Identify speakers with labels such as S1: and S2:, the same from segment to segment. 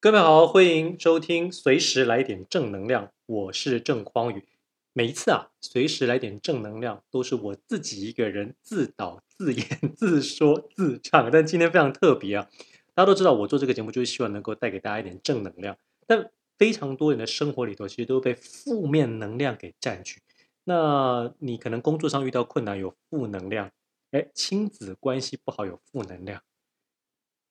S1: 各位好，欢迎收听《随时来点正能量》，我是郑匡宇。每一次啊，随时来点正能量，都是我自己一个人自导自演、 自说自唱。但今天非常特别啊，大家都知道，我做这个节目就是希望能够带给大家一点正能量。但非常多人的生活里头，其实都被负面能量给占据。那你可能工作上遇到困难有负能量，哎，亲子关系不好有负能量。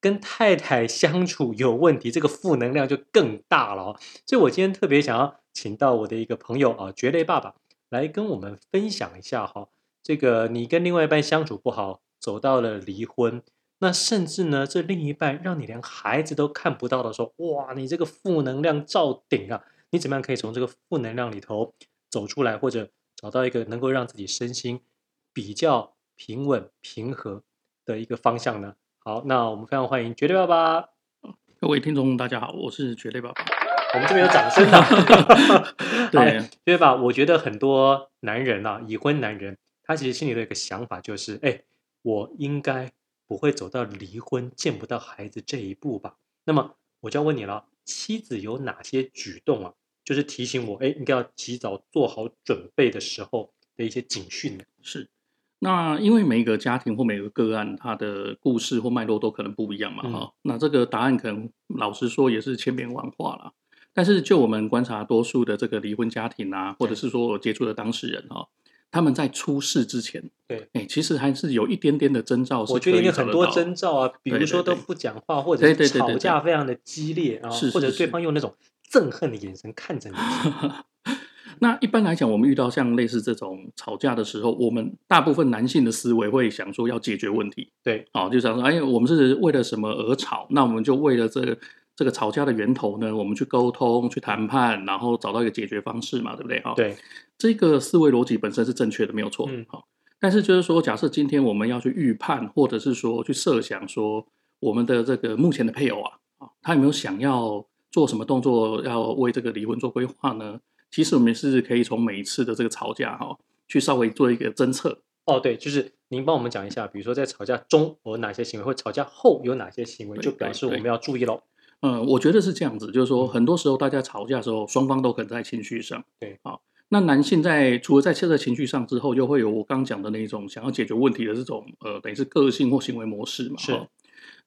S1: 跟太太相处有问题，这个负能量就更大了哦。所以我今天特别想要请到我的一个朋友啊，蕨类爸爸来跟我们分享一下哈、这个你跟另外一半相处不好，走到了离婚，那甚至呢，这另一半让你连孩子都看不到的时候，哇，你这个负能量罩顶啊！你怎么样可以从这个负能量里头走出来，或者找到一个能够让自己身心比较平稳、平和的一个方向呢？好，那我们非常欢迎绝对爸爸，
S2: 各位听众，大家好，我是绝对爸爸。。
S1: 我们这边有掌声啊
S2: 对
S1: 好，绝对爸，我觉得很多男人啊，已婚男人，他其实心里的一个想法就是，哎，我应该不会走到离婚、见不到孩子这一步吧？那么我就要问你了，妻子有哪些举动啊，就是提醒我，哎，应该要及早做好准备的时候的一些警讯呢？
S2: 是，那因为每个家庭或每个个案，它的故事或脉络都可能不一样嘛，哈、
S1: 嗯
S2: 那这个答案可能老实说也是千变万化啦。但是就我们观察，多数的这个离婚家庭啊，或者是说我接触的当事人哈、他们在出事之前，
S1: 对，
S2: 哎，其实还是有一点点的征兆是
S1: 我
S2: 可
S1: 觉得一
S2: 以
S1: 定
S2: 找
S1: 很
S2: 得
S1: 多
S2: 到
S1: 征兆啊，比
S2: 对
S1: 如
S2: 对
S1: 说都
S2: 对
S1: 不讲话，或
S2: 对
S1: 者
S2: 对
S1: 是
S2: 对对
S1: 吵
S2: 对
S1: 架非常的激烈啊，
S2: 是
S1: 或者
S2: 是
S1: 对
S2: 是
S1: 方用那种憎恨的眼神看 着你。
S2: 那一般来讲，我们遇到像类似这种吵架的时候，我们大部分男性的思维会想说要解决问题，
S1: 对，
S2: 哦，就想说，哎，我们是为了什么而吵？那我们就为了这个这个吵架的源头呢，我们去沟通、去谈判，然后找到一个解决方式嘛，对不对？哈、，
S1: 对，
S2: 这个思维逻辑本身是正确的，没有错，
S1: 嗯
S2: 好、但是就是说，假设今天我们要去预判，或者是说去设想说，我们的这个目前的配偶啊，啊，他有没有想要做什么动作，要为这个离婚做规划呢？其实我们是可以从每一次的这个吵架哈、去稍微做一个侦测。
S1: 哦，对，就是您帮我们讲一下，比如说在吵架中有哪些行为，或吵架后有哪些行为，
S2: 对
S1: 就表
S2: 对
S1: 示我
S2: 对
S1: 们要注意喽。
S2: 嗯，我觉得是这样子，就是说，
S1: 嗯
S2: 很多时候大家吵架的时候，双方都可能在情绪上。
S1: 对，
S2: 好、那男性在除了在这个情绪上之后，又会有我刚讲的那种想要解决问题的这种呃，等于是个性或行为模式嘛。
S1: 是
S2: 哦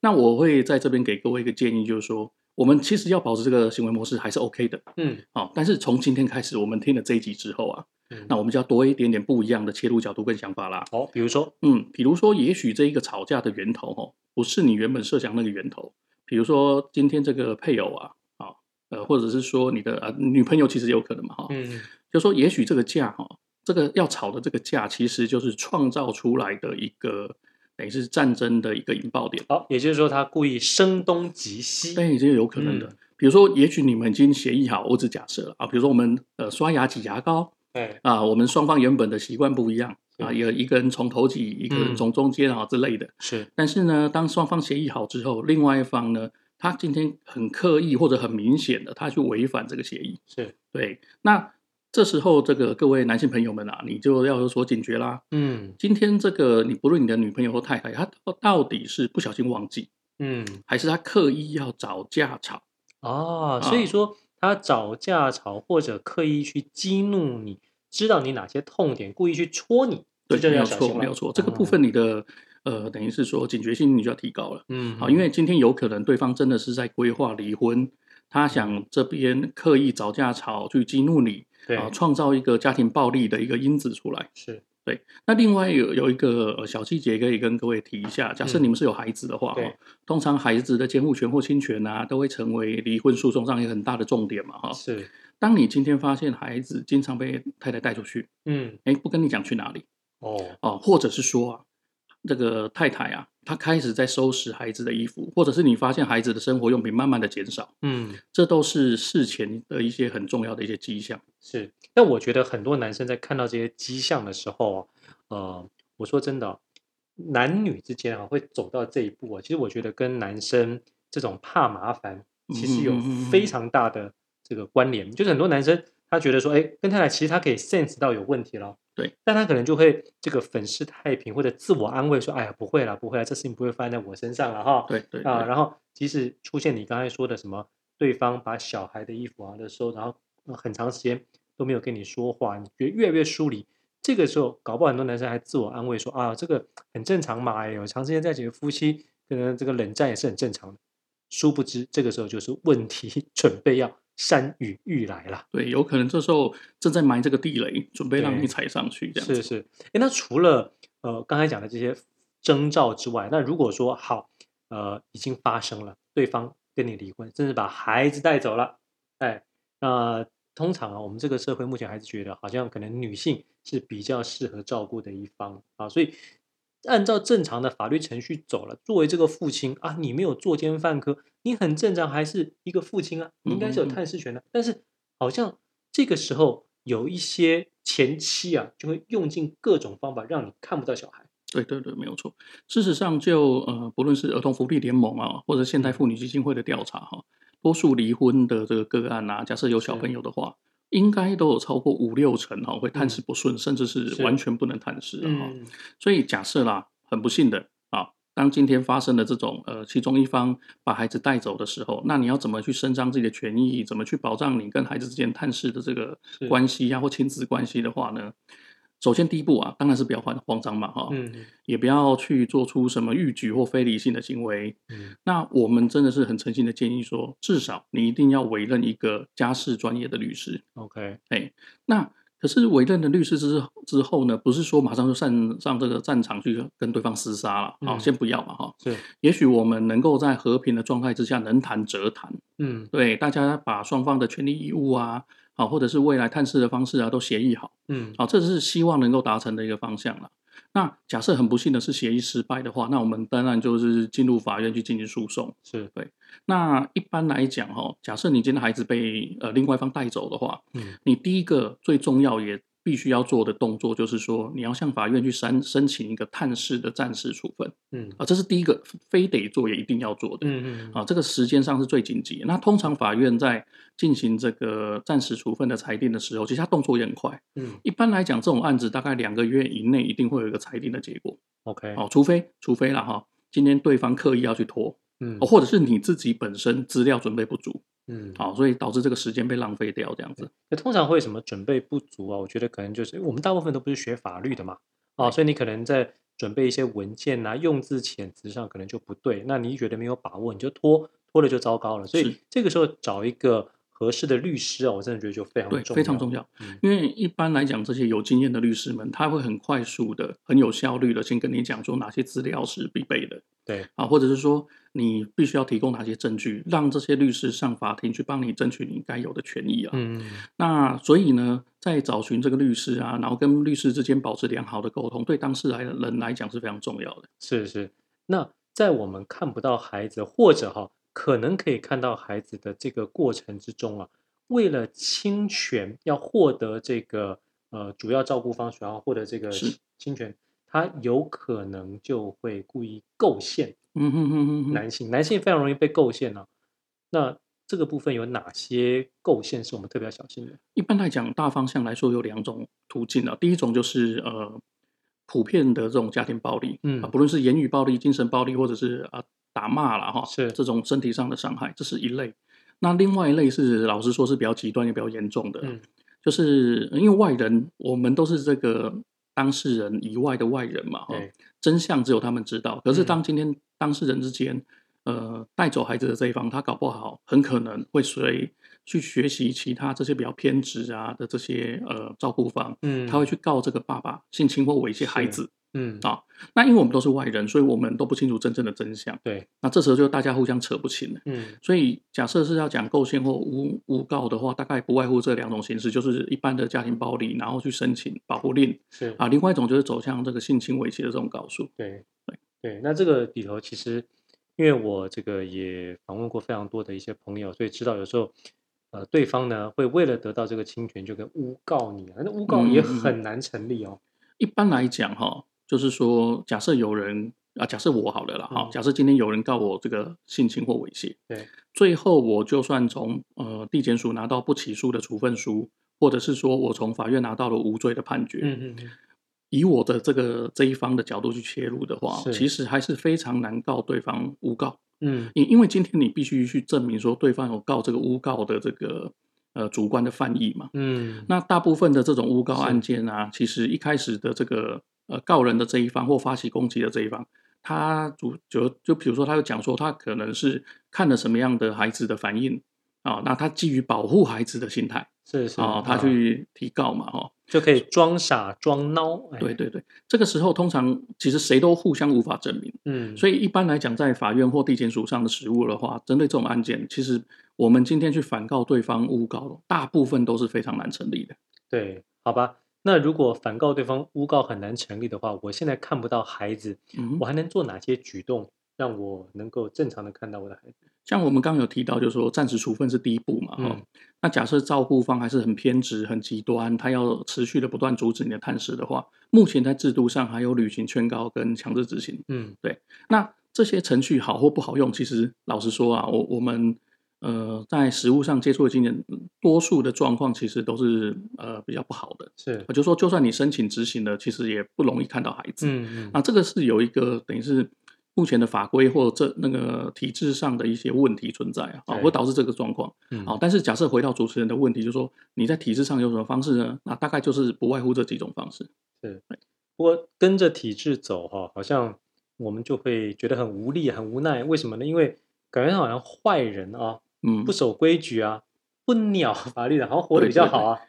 S2: 那我会在这边给各位一个建议，就是说，我们其实要保持这个行为模式还是 OK 的。
S1: 嗯
S2: 好、但是从今天开始，我们听了这一集之后啊，
S1: 嗯，
S2: 那我们就要多一点点不一样的切入角度跟想法啦。
S1: 好，比如说，
S2: 嗯，比如说，也许这一个吵架的源头哦，不是你原本设想那个源头。比如说，今天这个配偶啊，啊、呃，或者是说你的呃女朋友，其实也有可能嘛，哈、
S1: 嗯，
S2: 就说也许这个架哈、这个要吵的这个架，其实就是创造出来的一个等于是战争的一个引爆点，
S1: 好，也就是说他故意声东击西。
S2: 但已经有可能的。
S1: 嗯
S2: 比如说，也许你们已经协议好，我只假设了啊，比如说我们呃刷牙挤牙膏，
S1: 哎，
S2: 啊，我们双方原本的习惯不一样
S1: 是嗯
S2: 啊，有一个人从头挤，一个人从中间啊之类的。
S1: 是，
S2: 但是呢，当双方协议好之后，另外一方呢，他今天很刻意或者很明显的，他去违反这个协议。
S1: 是，
S2: 对，那这时候这个各位男性朋友们啊，你就要有所警觉啦。
S1: 嗯
S2: 今天这个你不论你的女朋友或太太，她到到底是不小心忘记，
S1: 嗯，
S2: 还是她刻意要找架吵？
S1: 哦，所以
S2: 啊
S1: 说他找架吵或者刻意去激怒你，知道你哪些痛点，故意去戳你，
S2: 对，
S1: 这就
S2: 没
S1: 要
S2: 有
S1: 小心哦
S2: 错，
S1: 了。
S2: 没有错。这个部分你的呃，等于是说警觉性你就要提高了。
S1: 嗯，嗯，
S2: 好，因为今天有可能对方真的是在规划离婚，他想这边刻意找架吵去激怒你
S1: 对
S2: 啊，创造一个家庭暴力的一个因子出来。
S1: 是，
S2: 那另外有有一个呃小细节可以跟各位提一下，假设
S1: 嗯
S2: 你们是有孩子的话，
S1: 对
S2: 哦通常孩子的监护权或侵权啊，都会成为离婚诉讼上一个很大的重点嘛，哈、
S1: 是，
S2: 当你今天发现孩子经常被太太带出去，
S1: 嗯，
S2: 哎，不跟你讲去哪里
S1: 哦，
S2: 哦、或者是说啊。这个太太啊，她开始在收拾孩子的衣服，或者是你发现孩子的生活用品慢慢的减少，
S1: 嗯。
S2: 这都是事前的一些很重要的一些迹象。
S1: 是，但我觉得很多男生在看到这些迹象的时候啊，呃，我说真的啊，男女之间啊会走到这一步啊，其实我觉得跟男生这种怕麻烦其实有
S2: 嗯嗯嗯嗯
S1: 非常大的这个关联，就是很多男生他觉得说，哎，跟太太其实他可以 sense 到有问题了，
S2: 对，
S1: 但他可能就会这个粉饰太平或者自我安慰说，哎呀，不会啦，不会啦，这事情不会发生在我身上了哈，
S2: 对对
S1: 啊，
S2: 对
S1: 然后即使出现你刚才说的什么。对方把小孩的衣服啊的时候，然后、呃很长时间都没有跟你说话，你觉得越来越疏离。这个时候，搞不好很多男生还自我安慰说啊，这个很正常嘛，哎呦，长时间在一起的夫妻，可能这个冷战也是很正常的。殊不知，这个时候就是问题 准备要山雨欲来啦。
S2: 对，有可能这时候正在埋这个地雷，准备让
S1: 对
S2: 你踩上去，这样
S1: 是
S2: 子。
S1: 是，哎，那除了呃刚才讲的这些征兆之外，那如果说好，呃，已经发生了，对方跟你离婚，甚至把孩子带走了，哎，那、通常啊，我们这个社会目前还是觉得好像可能女性是比较适合照顾的一方啊，所以按照正常的法律程序走了，作为这个父亲啊，你没有作奸犯科，你很正常，还是一个父亲啊，应该是有
S2: 嗯嗯嗯
S1: 探视权的，但是好像这个时候有一些前妻啊，就会用尽各种方法让你看不到小孩。
S2: 对对对，没有错。事实上就，呃，不论是儿童福利联盟啊，或者现代
S1: 嗯
S2: 妇女基金会的调查哈、多数离婚的这个个案啊，假设有小
S1: 是嗯
S2: 朋友的话，应该都有超过五六成哈、会探视不顺，甚至
S1: 是嗯
S2: 是完全不能探视的啊哈、，所以假设啦，很不幸的啊，当今天发生了这种呃，其中一方把孩子带走的时候，那你要怎么去伸张自己的权益？怎么去保障你跟孩子之间探视的这个
S1: 是
S2: 关系呀、或亲子关系的话呢？首先第一步啊，当然是不要慌慌张嘛哈、
S1: 嗯
S2: 也不要去做出什么逾矩或非理性的行为。
S1: 嗯，
S2: 那我们真的是很诚心的建议说，至少你一定要委任一个家事专业的律师，
S1: ，OK，
S2: 那可是委任的律师之之后呢，不是说马上就上上这个战场去跟对方厮杀了啊、
S1: 嗯
S2: 先不要嘛哈。
S1: 是，
S2: 也许我们能够在和平的状态之下，能谈则谈，
S1: 嗯
S2: 对大家把双方的权利义务啊，好、或者是未来探视的方式啊，都协议好，
S1: 嗯，
S2: 好、这是希望能够达成的一个方向了。那假设很不幸的是协议失败的话，那我们当然就是进入法院去进行诉讼。
S1: 是，
S2: 那一般来讲，哈，假设你今天孩子被呃另外一方带走的话，
S1: 嗯
S2: 你第一个最重要也必须要做的动作，就是说你要向法院去申申请一个探视的暂时处分
S1: 嗯
S2: 啊，这是第一个非得做也一定要做的。
S1: 嗯
S2: 啊，这个时间上是最紧急。那通常法院在进行这个暂时处分的裁定的时候，其实它动作也很快。
S1: 嗯
S2: 一般来讲，这种案子大概两个月以内一定会有一个裁定的结果。
S1: ，OK，
S2: 哦，除非除非了哈，今天对方刻意要去拖，
S1: 嗯
S2: 哦，或者是你自己本身资料准备不足，
S1: 嗯，
S2: 好、所以导致这个时间被浪费掉这样子。
S1: 那通常会什么准备不足啊？我觉得可能就是我们大部分都不是学法律的嘛，啊，所以你可能在准备一些文件啊、用字遣词上可能就不对，那你一觉得没有把握，你就拖拖了就糟糕了。所以
S2: 是
S1: 这个时候找一个合适的律师啊，我真的觉得就非常
S2: 对，
S1: 重
S2: 非常重要。
S1: 嗯
S2: 因为一般来讲，这些有经验的律师们，他会很快速的、很有效率的先跟你讲说哪些资料是必备的
S1: 对，
S2: 啊，或者是说你必须要提供哪些证据，让这些律师上法庭去帮你争取你该有的权益啊。
S1: 嗯，
S2: 那所以呢，在找寻这个律师啊，然后跟律师之间保持良好的沟通，对当事来人来讲是非常重要的。
S1: 是是。那在我们看不到孩子，或者哈、可能可以看到孩子的这个过程之中啊，为了侵权要获得这个呃主要照顾方想要获得这个
S2: 是
S1: 侵权，他有可能就会故意构陷
S2: 嗯哼哼哼哼。
S1: 男性，男性非常容易被构陷啊。那这个部分有哪些构陷是我们特别要小心的？
S2: 一般来讲，大方向来说有两种途径啊。第一种就是呃，普遍的这种家庭暴力，
S1: 嗯
S2: 啊，不论是言语暴力、精神暴力，或者是啊打骂啦，哈，
S1: 是
S2: 这种身体上的伤害，这是一类。那另外一类是，老实说是比较极端也比较严重的，
S1: 嗯
S2: 就是因为外人，我们都是这个当事人以外的外人嘛，哈
S1: 对，
S2: 真相只有他们知道。可是
S1: 嗯
S2: 当今天当事人之间，呃，带走孩子的这一方，他搞不好很可能会随去学习其他这些比较偏执啊的这些呃照顾方，
S1: 嗯
S2: 他会去告这个爸爸性侵或猥亵孩
S1: 是
S2: 子。
S1: 嗯
S2: 啊那因为我们都是外人，所以我们都不清楚真正的真相。
S1: 对
S2: 那这时候就大家互相扯不清了。
S1: 嗯
S2: 所以，假设是要讲构陷或诬诬告的话，大概不外乎这两种形式，就是一般的家庭暴力，然后去申请保护令
S1: 是
S2: 啊；另外一种就是走向这个性侵猥亵的这种告诉。
S1: 对对，那这个里头其实，因为我这个也访问过非常多的一些朋友，所以知道有时候，呃，对方呢会为了得到这个侵权，就跟诬告你啊，那诬告也
S2: 嗯嗯嗯
S1: 很难成立哦。
S2: 一般来讲，哈，就是说，假设有人啊，假设我好了啦，哈、
S1: 嗯
S2: 假设今天有人告我这个性侵或猥亵，
S1: 对，
S2: 最后我就算从呃地检署拿到不起诉的处分书，或者是说我从法院拿到了无罪的判决，
S1: 嗯嗯嗯，
S2: 以我的这个这一方的角度去切入的话，
S1: 是
S2: 其实还是非常难告对方诬告。
S1: 嗯
S2: 因因为今天你必须去证明说对方有告这个诬告的这个呃主观的犯意嘛。
S1: 嗯，
S2: 那大部分的这种诬告
S1: 是
S2: 案件啊，其实一开始的这个呃告人的这一方或发起攻击的这一方，他主就就比如说他就讲说他可能是看了什么样的孩子的反应啊、那他基于保护孩子的心态
S1: 是是
S2: 啊、他去提告嘛，哦，
S1: 就可以装傻装孬，哎
S2: 对，对对，这个时候通常其实谁都互相无法证明。
S1: 嗯，
S2: 所以一般来讲，在法院或地检署上的实务的话，针对这种案件，其实我们今天去反告对方诬告，大部分都是非常难成立的。
S1: 对，好吧。那如果反告对方诬告很难成立的话，我现在看不到孩子，
S2: 嗯
S1: 我，还能做哪些举动让我能够正常的看到我的孩子？
S2: 像我们刚刚有提到，就是说暂时处分是第一步嘛，哈、
S1: 嗯
S2: 那假设照顾方还是很偏执、很极端，他要持续的不断阻止你的探视的话，目前在制度上还有履行劝告跟强制执行。
S1: 嗯
S2: 那这些程序好或不好用，其实老实说啊，我我们呃在实务上接触的经验，多数的状况其实都是呃比较不好的。
S1: 是，
S2: 我就说，就算你申请执行了，其实也不容易看到孩子。
S1: 嗯
S2: 那这个是有一个等于是目前的法规或这那个体制上的一些问题存在啊，啊
S1: 对
S2: 会导致这个状况。哦
S1: 嗯
S2: 好、但是假设回到主持人的问题，就是说你在体制上有什么方式呢？那大概就是不外乎这几种方式。
S1: 不过跟着体制走哈、好像我们就会觉得很无力、很无奈。为什么呢？因为感觉好像坏人啊，
S2: 嗯，
S1: 不守规矩啊，不鸟法律的，好像活得
S2: 对
S1: 比较
S2: 对对
S1: 好啊。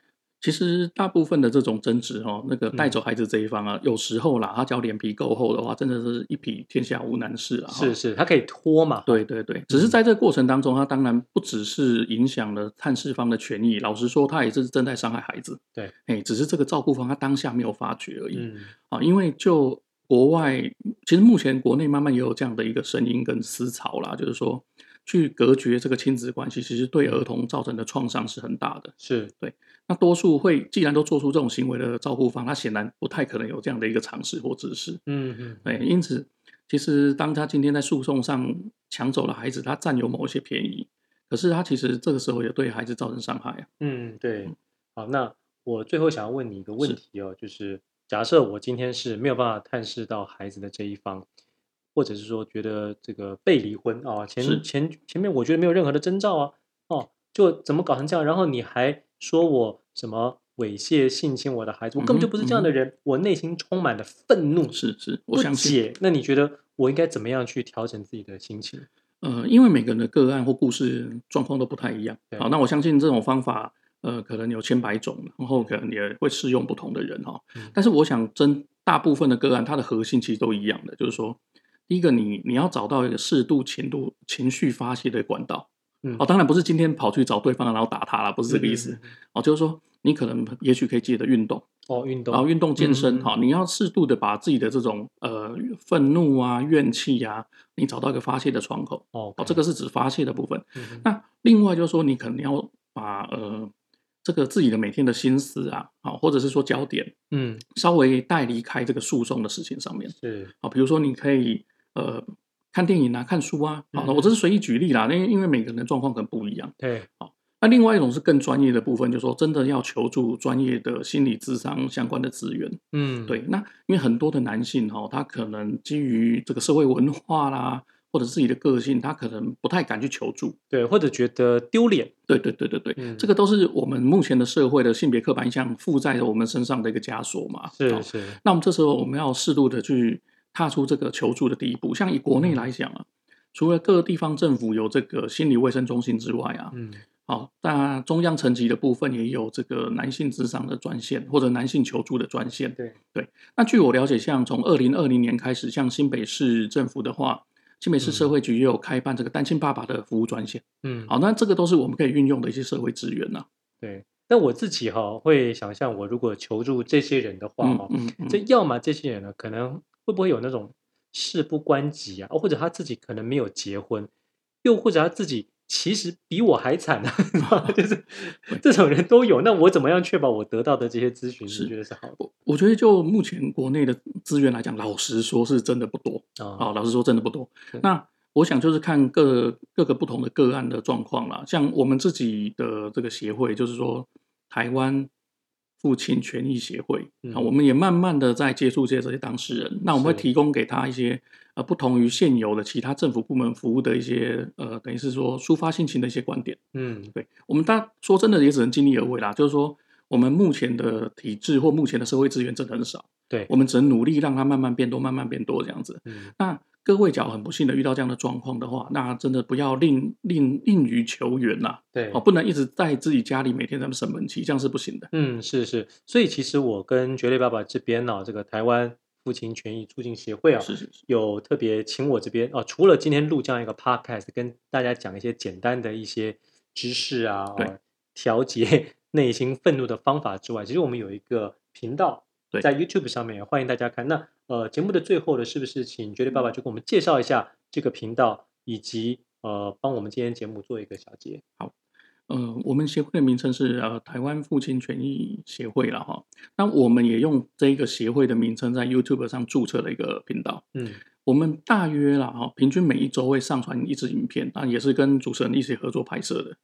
S2: 其实大部分的这种争执哦，那个
S1: 嗯
S2: 带走孩子这一方啊，有时候啦，他只要脸皮够厚的话，真的是一匹天下无难事啊。哈
S1: 是是，他可以拖嘛。
S2: 对对对，
S1: 嗯
S2: 只是在这个过程当中，他当然不只是影响了探视方的权益，老实说，他也是正在伤害孩子。
S1: 对，
S2: 哎，只是这个照顾方他当下没有发觉而已、
S1: 嗯
S2: 啊，因为就国外，其实目前国内慢慢也有这样的一个声音跟思潮啦，就是说，去隔绝这个亲子关系，其实对儿童造成的创伤是很大的。
S1: 是，
S2: 那多数会既然都做出这种行为的照顾方，他显然不太可能有这样的一个尝试或知识。
S1: 嗯嗯
S2: 对，哎因此，其实当他今天在诉讼上抢走了孩子，他占有某一些便宜，可是他其实这个时候也对孩子造成伤害啊。
S1: 嗯，对
S2: 嗯。
S1: 好，那我最后想要问你一个问
S2: 是
S1: 题哦，就是假设我今天是没有办法探视到孩子的这一方，或者是说觉得这个被离婚啊，
S2: 是
S1: 前前前面我觉得没有任何的征兆啊，哦，就怎么搞成这样？然后你还说我什么猥亵性侵我的孩子，我根本就
S2: 嗯哼
S1: 不是这样的人，我内心充满了愤怒，
S2: 是是，我
S1: 不
S2: 相信，
S1: 解。那你觉得我应该怎么样去调整自己的心情？
S2: 呃，因为每个人的个案或故事状况都不太一样，
S1: 对
S2: 好，那我相信这种方法，呃，可能有千百种，然后可能也会适用不同的人哈、
S1: 嗯
S2: 但是我想真大部分的个案，它的核心其实都一样的，就是说，第一个你你要找到一个适度情度情绪发泄的管道。
S1: 嗯
S2: 哦，当然不是今天跑去找对方然后打他啦，不是这个意
S1: 嗯。
S2: 思。
S1: 嗯嗯
S2: 哦，就是说你可能也许可以借着运动，
S1: 哦，运
S2: 然后
S1: 动，
S2: 运动健
S1: 嗯嗯
S2: 身，
S1: 嗯
S2: 哈、你要适度的把自己的这种呃愤怒啊、怨气啊，你找到一个发泄的窗口。
S1: 哦
S2: 哦，这
S1: 个，
S2: 个是指发泄的部分。
S1: 嗯嗯
S2: 那另外就是说，你可能要把呃这个自己的每天的心思啊，好、或者是说焦点
S1: 嗯，
S2: 稍微带离开这个诉讼的事情上面。
S1: 是。
S2: 啊，比如说你可以呃看电影啊、看书啊，好、
S1: 嗯
S2: 我这是随意举例啦，因为因为每个人的状况可能不一样。
S1: 对，
S2: 那另外一种是更专业的部分，就是说真的要求助专业的心理咨商相关的资源。
S1: 嗯，
S2: 对，那因为很多的男性哈、哦，他可能基于这个社会文化啦，或者自己的个性，他可能不太敢去求助。
S1: 对，或者觉得丢脸，
S2: 对对对对对，
S1: 嗯
S2: 这个都是我们目前的社会的性别刻板印象附在我们身上的一个枷锁嘛。好
S1: 是是，
S2: 那我们这时候我们要适度的去踏出这个求助的第一步。像以国内来讲啊，除了各地方政府有这个心理卫生中心之外啊，
S1: 嗯
S2: 好，那中央层级的部分也有这个男性智商的专线或者男性求助的专线。
S1: 对
S2: 对，那据我了解，像从二零二零年开始，像新北市政府的话，新北市社会局也有开办这个单亲爸爸的服务专线。
S1: 嗯，
S2: 好，那这个都是我们可以运用的一些社会资源呐、
S1: 对。但我自己哈、会想象，我如果求助这些人的话哈、
S2: 嗯嗯嗯，
S1: 这要么这些人呢，可能会不会有那种事不关己啊，或者他自己可能没有结婚，又或者他自己其实比我还惨啊，你知道吗 就是这种人都有。那我怎么样确保我得到的这些咨询，你
S2: 是
S1: 觉得是好的
S2: 我我觉得就目前国内的资源来讲，老实说是真的不多。
S1: 啊？
S2: 好、哦老实说真的不多
S1: 对。
S2: 那我想就是看各各个不同的个案的状况啦，像我们自己的这个协会，就是说台湾父亲权益协会，
S1: 嗯
S2: 啊，我们也慢慢的在接触这些这些当事人，那我们会
S1: 是
S2: 提供给他一些呃不同于现有的其他政府部门服务的一些呃，等于是说抒发心情的一些观点。
S1: 嗯
S2: 对我们，大说真的也只能尽力而为啦，就是说我们目前的体制或目前的社会资源真的很少，
S1: 对
S2: 我们只能努力让它慢慢变多，慢慢变多这样子。
S1: 嗯
S2: 那各位，假如很不幸的遇到这样的状况的话，那真的不要吝吝吝于求援啦、
S1: 对
S2: 哦，不能一直在自己家里每天在那生闷气，这样是不行的。
S1: 嗯，是是，所以其实我跟绝对爸爸这边呢、这个台湾父亲权益促进协会啊，
S2: 是是是，
S1: 有特别请我这边哦，除了今天录这样一个 podcast，跟大家讲一些简单的一些知识啊，
S2: 对
S1: 哦、调节 内心愤怒的方法之外，其实我们有一个频道
S2: 对
S1: 在 YouTube 上面，也欢迎大家看。那呃，节目的最后呢，是不是请绝对爸
S2: 嗯
S1: 爸就给我们介绍一下这个频道，以及呃，帮我们今天节目做一个小结？
S2: 呃，我们协会的名称是呃台湾父亲权益协会了哈。那我们也用这一个协会的名称在 YouTube 上注册了一个频道。
S1: 嗯，
S2: 我们大约啦哈，平均每一周会上传一支影片，啊，也是跟主持人一起合作拍摄的。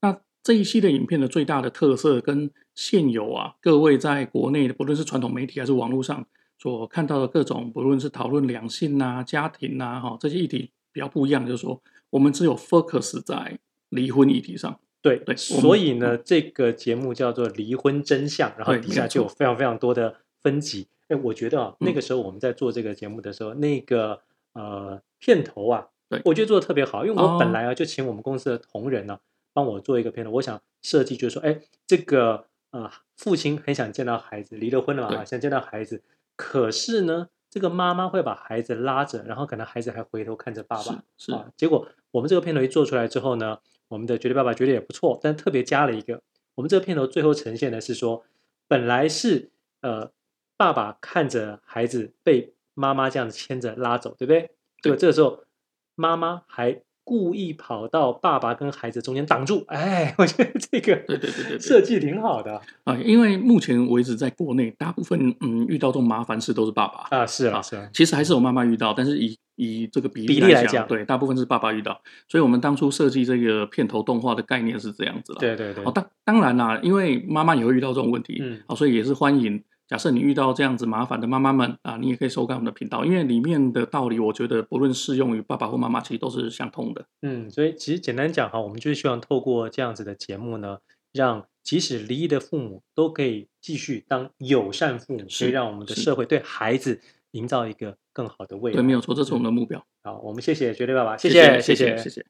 S2: 那这一系列影片的最大的特色，跟现有啊各位在国内的不论是传统媒体还是网络上所看到的各种，不论是讨论两性啊、家庭啊、哈这些议题比较不一样，就是说我们只有 focus 在离婚议题上。
S1: 对
S2: 对我
S1: 所
S2: 们
S1: 以呢，这个节目叫做《离婚真相》，然后
S2: 对
S1: 底
S2: 没
S1: 下
S2: 有
S1: 就有
S2: 错
S1: 非常非常多的分级。哎，我觉得啊，那
S2: 嗯
S1: 个时候我们在做这个节目的时候，那个呃片头啊，
S2: 对
S1: 我觉得做的特别好，因为我本
S2: 哦
S1: 来啊就请我们公司的同仁呢、帮我做一个片头，我想设计就是说，哎，这个呃父亲很想见到孩子，离了婚了嘛，
S2: 对
S1: 想见到孩子，可是呢，这个妈妈会把孩子拉着，然后可能孩子还回头看着爸爸，
S2: 是是、
S1: 啊。结果我们这个片头一做出来之后呢，我们的绝对爸爸觉得也不错，但特别加了一个，我们这个片头最后呈现的是说，本来是呃爸爸看着孩子被妈妈这样子牵着拉走，对不对？结果这个时候妈妈还故意跑到爸爸跟孩子中间挡住，哎，我觉得这
S2: 对
S1: 个
S2: 对对对对
S1: 设计挺好的
S2: 啊、因为目前为止在国内大部分嗯遇到这种麻烦事都是爸爸。
S1: 啊，是啊
S2: 啊
S1: 是啊，
S2: 其实还是有妈妈遇到，但是以以这个比
S1: 比
S2: 例
S1: 例来
S2: 来
S1: 讲
S2: 对，大部分是爸爸遇到。所以我们当初设计这个片头动画的概念是这样子的。
S1: 对对对
S2: 哦，，当当然啦，因为妈妈也会遇到这种问题，
S1: 嗯
S2: 哦，所以也是欢迎。假设你遇到这样子麻烦的妈妈们啊，你也可以收看我们的频道，因为里面的道理，我觉得不论适用于爸爸或妈妈，其实都是相通的。
S1: 嗯，所以其实简单讲哈，我们就是希望透过这样子的节目呢，让即使离异的父母都可以继续当友善父母，可以
S2: 是
S1: 让我们的
S2: 是
S1: 社会对孩子营造一个更好的未
S2: 对，
S1: 来。
S2: 没有错，这是我们的目标。
S1: 好，我们谢谢绝对爸爸，
S2: 谢
S1: 谢，
S2: 谢
S1: 谢
S2: 谢，谢谢。